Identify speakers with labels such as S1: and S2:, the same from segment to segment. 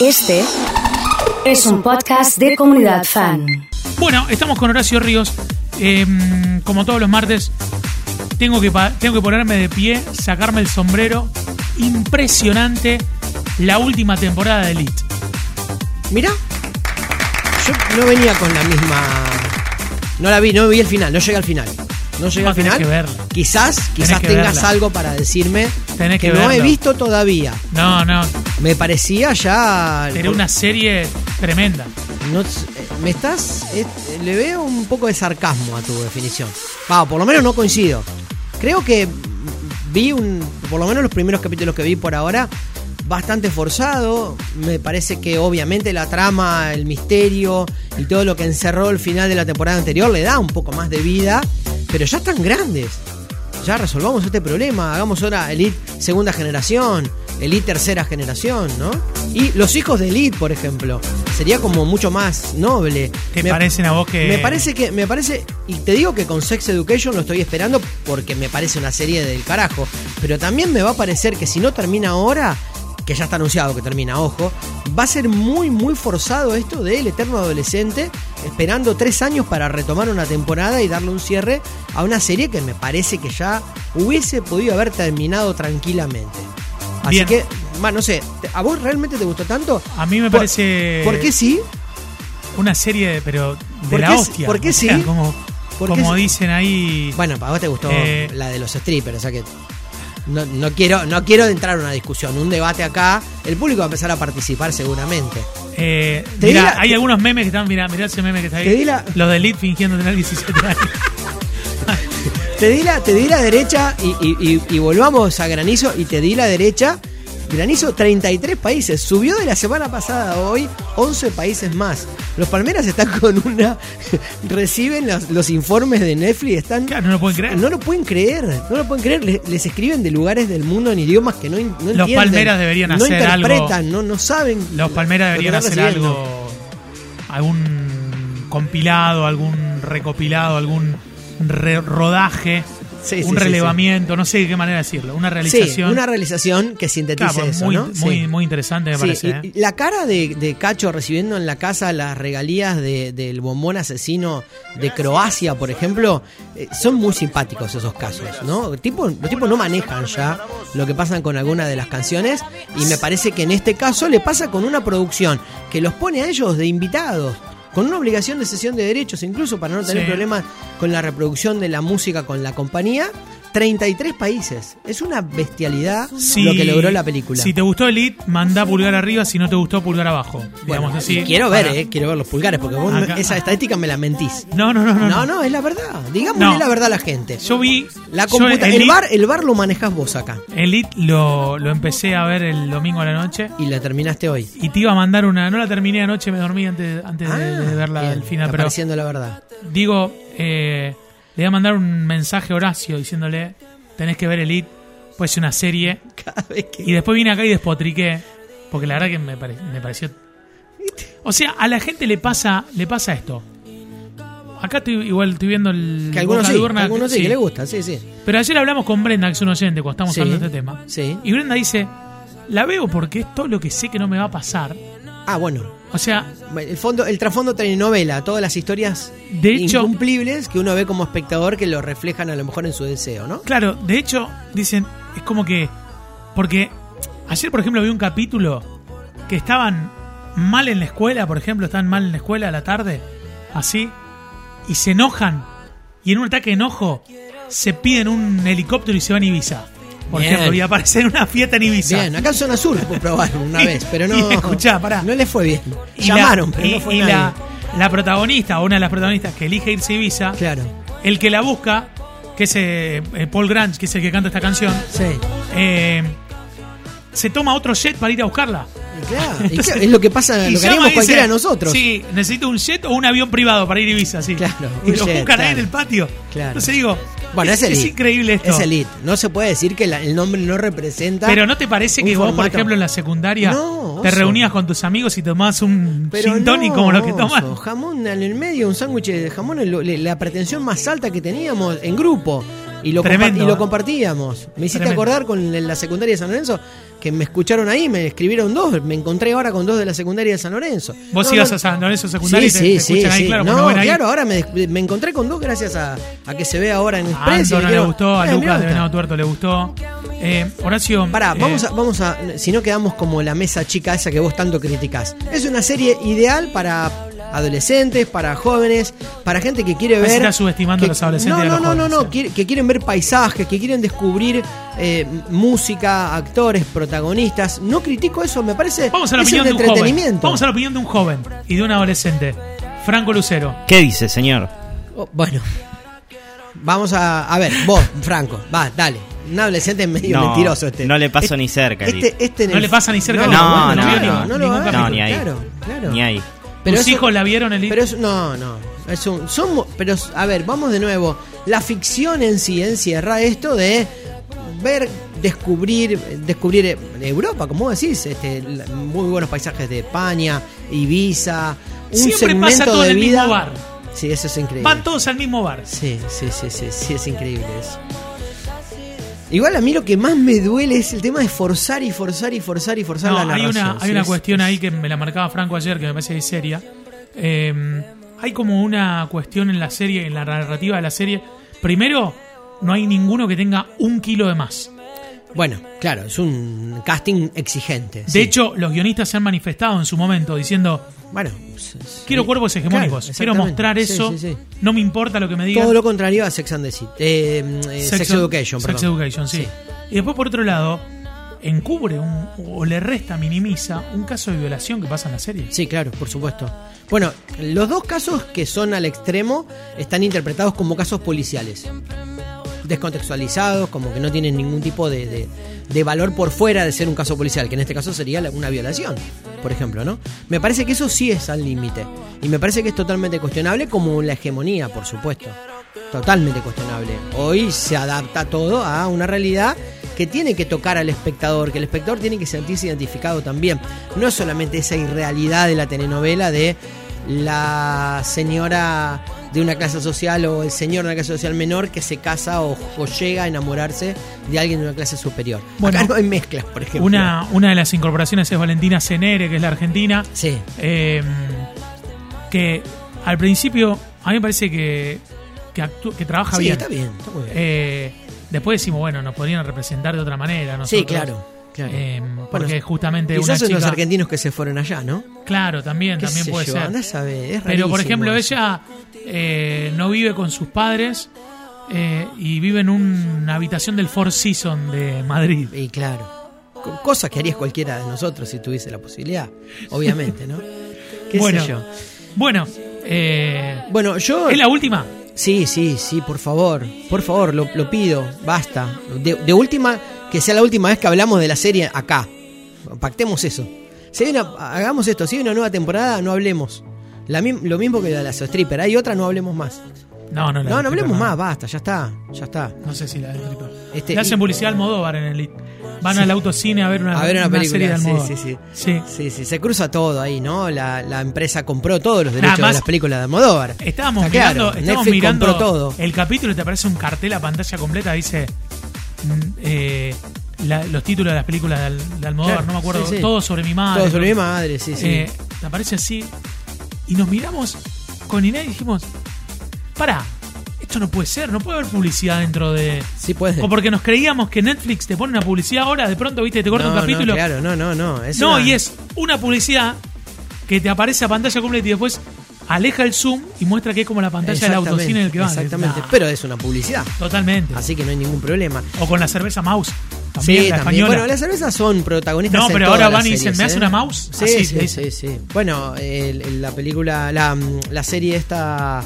S1: Este es un podcast de comunidad fan.
S2: Bueno, estamos con Horacio Ríos. Eh, como todos los martes, tengo que, pa- tengo que ponerme de pie, sacarme el sombrero. Impresionante la última temporada de Elite.
S3: Mira, yo no venía con la misma. No la vi, no vi el final, no llegué al final. No llegué
S2: No,
S3: al
S2: tenés
S3: final.
S2: que verla.
S3: Quizás, quizás
S2: que
S3: tengas
S2: verla.
S3: algo para decirme
S2: Tenés que
S3: no he
S2: verlo.
S3: visto todavía.
S2: No, no,
S3: Me parecía ya.
S2: era una serie tremenda.
S3: no- me estás. eh, le veo un poco de sarcasmo a tu definición. Va, por lo menos no coincido. Creo que vi un. Por lo menos los primeros capítulos que vi por ahora. Bastante forzado. Me parece que obviamente la trama, el misterio y todo lo que encerró el final de la temporada anterior le da un poco más de vida. Pero ya están grandes. Ya resolvamos este problema. Hagamos ahora Elite segunda generación. Elite tercera generación, ¿no? Y los hijos de Elite, por ejemplo. Sería como mucho más noble.
S2: ¿Te
S3: Me-
S2: parecen a vos que.?
S3: me parece que, me parece, y te digo que con Sex Education lo estoy esperando porque me parece una serie del carajo. Pero también me va a parecer que si no termina ahora, que ya está anunciado que termina, ojo, va a ser muy, muy forzado esto del eterno adolescente esperando tres años para retomar una temporada y darle un cierre a una serie que me parece que ya hubiese podido haber terminado tranquilamente. Así
S2: Bien.
S3: que, va, no sé, ¿te- ¿a vos realmente te gustó tanto?
S2: A mí me
S3: Por-
S2: parece.
S3: ¿Por qué sí?
S2: Una serie, pero de
S3: ¿Por
S2: la
S3: qué sí?
S2: hostia.
S3: ¿Por qué
S2: O sea,
S3: sí?
S2: Como,
S3: ¿Por qué
S2: como
S3: sí?
S2: dicen ahí.
S3: Bueno, para vos te gustó
S2: Eh,
S3: la de los strippers, o sea que no, no quiero no quiero entrar en una discusión, un debate acá. El público va a empezar a participar seguramente.
S2: Eh,
S3: Te
S2: mirá,
S3: di la-
S2: hay algunos memes que están, mirá, mirá ese meme que está
S3: Te di
S2: ahí.
S3: la-
S2: Los de Elite fingiendo tener 17 años.
S3: Te di la, te di la derecha y, y- y- y volvamos a Granizo y te di la derecha. Granizo 33 países, subió de la semana pasada a hoy 11 países más. Los Palmeras están con una... reciben los, los informes de Netflix, están...
S2: Claro, no lo pueden creer.
S3: No lo pueden creer, no lo pueden creer. Les, les escriben de lugares del mundo en idiomas que no, in- no entienden.
S2: Palmeras deberían
S3: no
S2: hacer algo.
S3: interpretan, No No saben.
S2: Los Palmeras
S3: lo que
S2: deberían
S3: están
S2: hacer
S3: recibiendo.
S2: algo, algún compilado, algún recopilado, algún re- rodaje,
S3: Sí, sí,
S2: un
S3: sí,
S2: relevamiento, no sé de qué manera decirlo, una realización.
S3: Sí, una realización que
S2: Claro,
S3: sintetice
S2: pues,
S3: eso,
S2: muy,
S3: ¿no?
S2: muy,
S3: Sí.
S2: muy interesante me
S3: Sí,
S2: parece.
S3: y-
S2: ¿eh?
S3: y la cara de, de Cacho recibiendo en la casa las regalías de- del bombón asesino de Croacia, por ejemplo, eh, son muy simpáticos esos casos, ¿no? Tipo, los tipos no manejan ya lo que pasan con alguna de las canciones y me parece que en este caso le pasa con una producción que los pone a ellos de invitados. Con una obligación de cesión de derechos, incluso para no tener
S2: Sí.
S3: problemas con la reproducción de la música con la compañía, 33 países. Es una bestialidad
S2: Si-
S3: lo que logró la película.
S2: Si te gustó Elite, mandá pulgar arriba, si no te gustó pulgar abajo. digamos
S3: Bueno,
S2: así.
S3: y quiero ver,
S2: Para-
S3: eh, quiero ver los pulgares, porque vos me-
S2: Acá.
S3: esa estadística me la mentís.
S2: No, no, no, no.
S3: No,
S2: no.
S3: no, es la verdad. Digámosle
S2: No.
S3: la verdad a la gente.
S2: Yo vi
S3: La
S2: yo
S3: computa- el,
S2: Elite-
S3: bar, el bar lo manejás vos acá.
S2: Elite lo, lo empecé a ver el domingo a la noche.
S3: Y la terminaste hoy.
S2: Y te iba a mandar una. No la terminé anoche, me dormí antes, antes de- Eh, de, verla
S3: Ah, bien,
S2: al final.
S3: está
S2: Pero
S3: Apareciendo la verdad.
S2: digo, eh, le voy a mandar un mensaje a Horacio diciéndole: Tenés que ver Elite, pues una serie.
S3: Cada vez que.
S2: Y después vine acá y despotriqué. Porque la verdad que me, pare- me pareció. O sea, a la gente le pasa, le pasa esto. Acá estoy, igual estoy viendo el.
S3: que algunos
S2: Boca
S3: sí,
S2: Durna,
S3: algunos sí,
S2: sí.
S3: que le gusta, sí, sí.
S2: Pero ayer hablamos con Brenda, que es un oyente, cuando estamos
S3: Sí,
S2: hablando de este tema.
S3: sí.
S2: Y Brenda dice: La veo porque es todo lo que sé que no me va a pasar.
S3: Ah, bueno.
S2: O sea,
S3: El fondo, el trasfondo telenovela, todas las historias
S2: De hecho-
S3: incumplibles que uno ve como espectador que lo reflejan a lo mejor en su deseo, ¿no?
S2: Claro, de hecho, dicen, es como que. Porque ayer, por ejemplo, vi un capítulo que estaban mal en la escuela, por ejemplo, estaban mal en la escuela a la tarde, así, y se enojan, y en un ataque de enojo se piden un helicóptero y se van a Ibiza. Por
S3: Bien.
S2: ejemplo, y aparecen en una fiesta en Ibiza.
S3: Bien, acá en Zona Sur lo probaron una vez, pero no.
S2: Y escuchá, pará.
S3: No le fue bien.
S2: Y la-
S3: Llamaron, pero
S2: y-
S3: no fue
S2: y
S3: nadie.
S2: la, la protagonista, o una de las protagonistas que elige irse a Ibiza,
S3: Claro.
S2: el que la busca, que es eh, eh, Paul Grant, que es el que canta esta canción,
S3: Sí.
S2: eh, se toma otro jet para ir a buscarla.
S3: Y Claro, y claro, es lo que pasa,
S2: Y
S3: Eh, lo
S2: llama
S3: que
S2: y
S3: haríamos
S2: dice,
S3: cualquiera de nosotros.
S2: Sí, necesito un jet o un avión privado para ir a Ibiza, sí.
S3: Claro,
S2: Y
S3: un
S2: lo
S3: jet,
S2: buscan ahí en
S3: claro.
S2: el patio.
S3: Claro.
S2: Entonces digo,
S3: Bueno, es,
S2: es,
S3: elite.
S2: es increíble esto.
S3: Es elite. No se puede decir que la- el nombre no representa.
S2: Pero ¿no te parece que
S3: Un
S2: vos, por
S3: formato.
S2: ejemplo, en la secundaria
S3: No,
S2: te
S3: oso.
S2: reunías con tus amigos y tomabas un
S3: Pero
S2: gin tonic
S3: no,
S2: como lo que
S3: oso,
S2: toman?
S3: Jamón en el medio, un sándwich de jamón, lo- le- la pretensión más alta que teníamos en grupo. Y lo,
S2: Tremendo,
S3: compa- y lo
S2: ¿eh?
S3: compartíamos. Me hiciste
S2: Tremendo.
S3: acordar con la secundaria de San Lorenzo que me escucharon ahí, me escribieron dos. Me encontré ahora con dos de la secundaria de San Lorenzo.
S2: Vos
S3: No,
S2: ibas
S3: no-
S2: a San Lorenzo Secundaria y
S3: sí,
S2: te- te,
S3: sí, sí,
S2: escuchan ahí,
S3: sí.
S2: claro, cuando
S3: No,
S2: ven ahí.
S3: claro, ahora me, des- me encontré con dos gracias a, a que se ve ahora en
S2: A
S3: Express. y
S2: Anto no le
S3: dijeron,
S2: gustó, a
S3: "Eh, mirá,
S2: Lucas de
S3: está".
S2: Venado Tuerto le gustó. Eh, Horacio.
S3: Pará,
S2: eh,
S3: vamos, a, vamos a. Si no quedamos como la mesa chica esa que vos tanto criticás. Es una serie ideal para adolescentes, para jóvenes, para gente que quiere
S2: Parece
S3: ver.
S2: que estás subestimando a los adolescentes
S3: No,
S2: y a
S3: no,
S2: los
S3: no, no,
S2: jóvenes,
S3: no,
S2: sí.
S3: quiere- que quieren ver paisajes, que quieren descubrir eh, música, actores, protagonistas. No critico eso, me parece.
S2: Vamos a la
S3: es
S2: opinión
S3: un
S2: de un joven.
S3: entretenimiento.
S2: Vamos a la opinión de un joven y de un adolescente. Franco Lucero.
S4: ¿Qué dice, señor?
S3: Oh, bueno, vamos a. A ver, vos, Franco, va, dale. Un adolescente es medio
S4: No,
S3: mentiroso este.
S4: no le paso
S3: Este-
S4: ni cerca,
S3: Este, este en
S2: No
S3: el-
S2: le pasa ni cerca
S4: al libro.
S3: bueno,
S4: No, no,
S3: claro,
S4: no,
S3: no lo
S2: ningún
S3: hagas.
S4: No, ni ahí.
S3: Claro, claro.
S4: Ni ahí.
S2: ¿Tus
S3: eso-
S2: hijos la vieron el
S3: Pero es, no, no. Es un, son- pero a ver, vamos de nuevo. La ficción en sí encierra esto de ver, descubrir, descubrir eh, Europa, como vos decís, este, la- muy buenos paisajes de España, Ibiza, un
S2: Siempre
S3: segmento
S2: pasa todo
S3: de
S2: en el
S3: vida.
S2: mismo bar.
S3: Sí, eso es increíble.
S2: Van todos al mismo bar.
S3: Sí, sí, sí, sí, sí, es increíble eso. Igual a mí lo que más me duele es el tema de forzar y forzar y forzar y forzar
S2: No,
S3: la
S2: hay
S3: narración.
S2: una, hay
S3: sí,
S2: una
S3: es-
S2: cuestión ahí que me la marcaba Franco ayer, que me parece que es seria. Eh, hay como una cuestión en la serie, en la narrativa de la serie. Primero, no hay ninguno que tenga un kilo de más.
S3: Bueno, claro, es un casting exigente.
S2: De hecho, los guionistas se han manifestado en su momento diciendo,
S3: Bueno, s- s-
S2: quiero cuerpos
S3: claro,
S2: hegemónicos, quiero
S3: exactamente.
S2: mostrar
S3: Sí,
S2: eso,
S3: sí, sí.
S2: no me importa lo que me digan.
S3: Todo lo contrario a Sex and the City. Eh, mm, eh, Sex, Education,
S2: Sex
S3: perdón.
S2: Education, sí. Y después, por otro lado, encubre un- o le resta, minimiza un caso de violación que pasa en la serie.
S3: Sí, claro, por supuesto. Bueno, los dos casos que son al extremo están interpretados como casos policiales. Descontextualizados, como que no tienen ningún tipo de, de- de valor por fuera de ser un caso policial, que en este caso sería la- una violación, por ejemplo, ¿no? Me parece que eso sí es al límite. Y me parece que es totalmente cuestionable como la hegemonía, por supuesto. Totalmente cuestionable. Hoy se adapta todo a una realidad que tiene que tocar al espectador, que el espectador tiene que sentirse identificado también. No es solamente esa irrealidad de la telenovela de la señora de una clase social o el señor de una clase social menor que se casa o, o llega a enamorarse de alguien de una clase superior.
S2: Bueno,
S3: Acá no hay mezclas, por ejemplo.
S2: Una, una de las incorporaciones es Valentina Cenere, que es la argentina,
S3: Sí,
S2: eh, que al principio a mí me parece que, que, actú- que trabaja
S3: Sí,
S2: bien.
S3: está bien, está muy bien.
S2: Eh, después decimos, bueno, nos podrían representar de otra manera.
S3: sí,
S2: nosotros.
S3: claro. claro.
S2: Eh,
S3: Bueno,
S2: porque justamente una
S3: Quizás son los
S2: chica-
S3: argentinos que se fueron allá, ¿no?
S2: Claro, también,
S3: ¿Qué
S2: también
S3: sé
S2: puede
S3: yo?
S2: ser.
S3: Andá a saber, es
S2: Pero por
S3: rarísimo
S2: ejemplo,
S3: eso.
S2: ella eh, no vive con sus padres eh, y vive en una habitación del Four Seasons de Madrid.
S3: Y claro. co- Cosas que harías cualquiera de nosotros si tuviese la posibilidad, obviamente, ¿no? ¿Qué
S2: bueno,
S3: sé yo?
S2: bueno, eh,
S3: Bueno, yo.
S2: es la última.
S3: Sí, sí, sí, por favor. Por favor, lo, lo pido. Basta. De, de última, que sea la última vez que hablamos de la serie acá. Pactemos eso. Si hay una- hagamos esto. Si hay una nueva temporada, no hablemos. La mim- lo mismo que la de las stripper. Hay otra, no hablemos más.
S2: No, no, la
S3: No, no hablemos
S2: perdón.
S3: más. Basta, ya está. Ya está.
S2: No sé si la del Tripper.
S3: Este,
S2: Le hacen
S3: y-
S2: publicidad al Almodóvar en el Van al autocine a ver una,
S3: A ver una, película.
S2: serie de
S3: sí,
S2: Almodóvar.
S3: sí, sí.
S2: Sí.
S3: Sí, sí, se cruza todo ahí, ¿no? La, la empresa compró todos los derechos
S2: Además-
S3: de las películas de Almodóvar.
S2: Estábamos
S3: Está claro,
S2: mirando, estábamos
S3: Netflix
S2: mirando
S3: compró todo.
S2: el capítulo y te aparece un cartel a pantalla completa, dice mm, eh, la- los títulos de las películas de, Al- de Almodóvar,
S3: Claro,
S2: no me acuerdo,
S3: sí, sí.
S2: todo sobre mi Eh, madre.
S3: Todo sobre mi madre, sí, sí.
S2: Eh, te aparece así y nos miramos con Inés y dijimos, pará, esto no puede ser, no puede haber publicidad dentro de...
S3: sí puede.
S2: O porque nos creíamos que Netflix te pone una publicidad ahora, de pronto, viste, te corta
S3: No,
S2: un capítulo.
S3: No, claro, no, no, no. Es
S2: No,
S3: una-
S2: y es una publicidad que te aparece a pantalla completa y después aleja el zoom y muestra que es como la pantalla del
S3: Exactamente,
S2: autocine en el que vas.
S3: Exactamente,
S2: Nah,
S3: pero es una publicidad,
S2: totalmente.
S3: así que no hay ningún problema.
S2: O con la cerveza mouse. También,
S3: sí,
S2: la
S3: también.
S2: española.
S3: Bueno, las cervezas son protagonistas.
S2: No,
S3: en
S2: pero
S3: todas
S2: ahora
S3: las
S2: van y dicen,
S3: series,
S2: ¿me hace
S3: ¿eh?
S2: una mouse?
S3: Sí,
S2: Así,
S3: sí,
S2: le
S3: sí,
S2: dicen.
S3: sí. Bueno, el- el- la película, la, la serie esta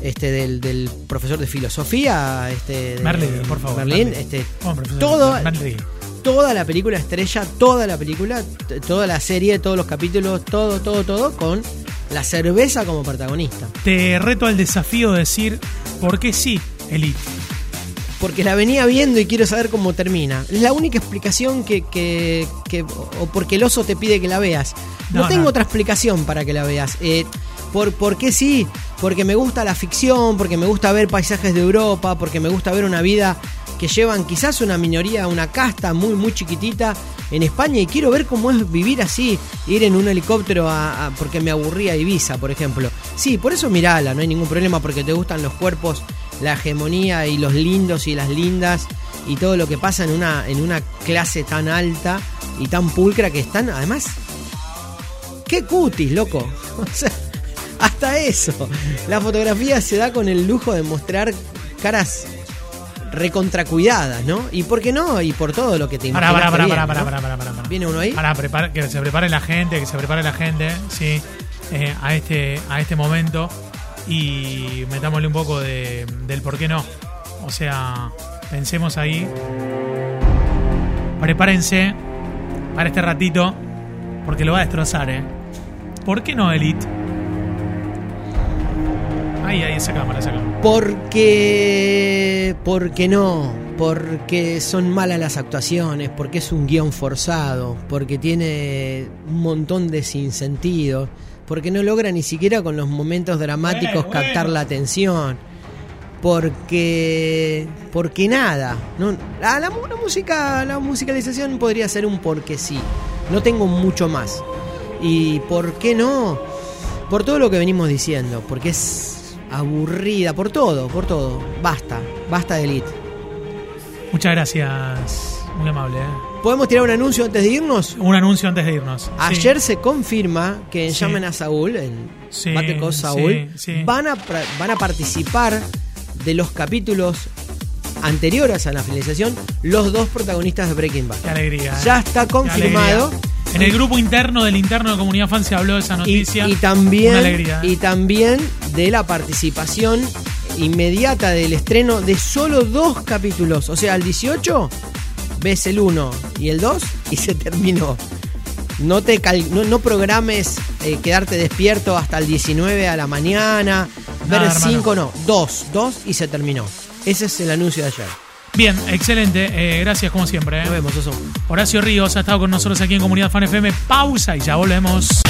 S3: este, del, del profesor de filosofía, este, de-
S2: Merlin, por favor.
S3: Merlin,
S2: Merlin.
S3: este,
S2: Bueno, profesor,
S3: todo,
S2: Merlin.
S3: toda la película estrella, toda la película, t- toda la serie, todos los capítulos, todo, todo, todo, con la cerveza como protagonista.
S2: Te reto al desafío de decir por qué sí, Eli.
S3: Porque la venía viendo y quiero saber cómo termina. Es la única explicación que. que- que- o porque el oso te pide que la veas. No,
S2: No,
S3: tengo
S2: no.
S3: otra explicación para que la veas. Eh, por, ¿Por qué sí? porque me gusta la ficción, porque me gusta ver paisajes de Europa, porque me gusta ver una vida que llevan quizás una minoría, una casta muy, muy chiquitita en España y quiero ver cómo es vivir así, ir en un helicóptero a, a- porque me aburría Ibiza, por ejemplo. Sí, por eso mirala, no hay ningún problema porque te gustan los cuerpos, la hegemonía y los lindos y las lindas y todo lo que pasa en una, en una clase tan alta y tan pulcra que están, además, qué cutis, loco. O sea, hasta eso. La fotografía se da con el lujo de mostrar caras recontracuidadas, ¿no? Y por qué no, y por todo lo que te
S2: Pará,
S3: imaginas.
S2: pará,
S3: que
S2: pará,
S3: viene,
S2: pará,
S3: ¿no?
S2: pará, pará, pará, pará.
S3: Viene uno ahí.
S2: Pará, prepara- que se prepare la gente, que se prepare la gente, sí, eh, a, este, a este momento. Y metámosle un poco de, del por qué no. O sea, pensemos ahí. Prepárense para este ratito, porque lo va a destrozar, ¿eh? ¿Por qué no, Elite? Ahí, ahí, esa cámara, esa cámara.
S3: Porque. Porque no. Porque son malas las actuaciones, porque es un guión forzado, porque tiene un montón de sinsentido, porque no logra ni siquiera con los momentos dramáticos
S2: Bueno,
S3: captar
S2: bueno.
S3: la atención, porque. porque nada. No, la, la mu- la música, la musicalización podría ser un porque sí. No tengo mucho más. ¿Y por qué no? Por todo lo que venimos diciendo, porque es aburrida, por todo, por todo. Basta, basta de Elite.
S2: Muchas gracias. Muy amable, ¿eh?
S3: ¿Podemos tirar un anuncio antes de irnos?
S2: Un anuncio antes de irnos. Sí.
S3: Ayer se confirma que en
S2: Sí.
S3: Llamen a Saúl, en
S2: Sí,
S3: Bate con
S2: sí,
S3: Saúl,
S2: sí.
S3: Van, a, pra- van a participar de los capítulos anteriores a la finalización los dos protagonistas de Breaking Bad.
S2: Qué alegría. ¿eh?
S3: Ya está
S2: Qué alegría.
S3: confirmado.
S2: En el grupo interno del interno de Comunidad Fan se habló de esa
S3: Y,
S2: noticia.
S3: y también,
S2: Una alegría. ¿eh?
S3: y también de la participación inmediata del estreno de solo dos capítulos. O sea, el 18 ves el 1 y el 2 y se terminó. No, te cal- no, no programes eh, quedarte despierto hasta el 19 a la mañana. Ver
S2: Nada,
S3: el
S2: hermano.
S3: 5, no. 2, 2 y se terminó. Ese es el anuncio de ayer.
S2: Bien, excelente. Eh, gracias como siempre. ¿eh?
S3: Nos vemos, Oso.
S2: Horacio Ríos ha estado con nosotros aquí en Comunidad Fan FM. Pausa y ya volvemos.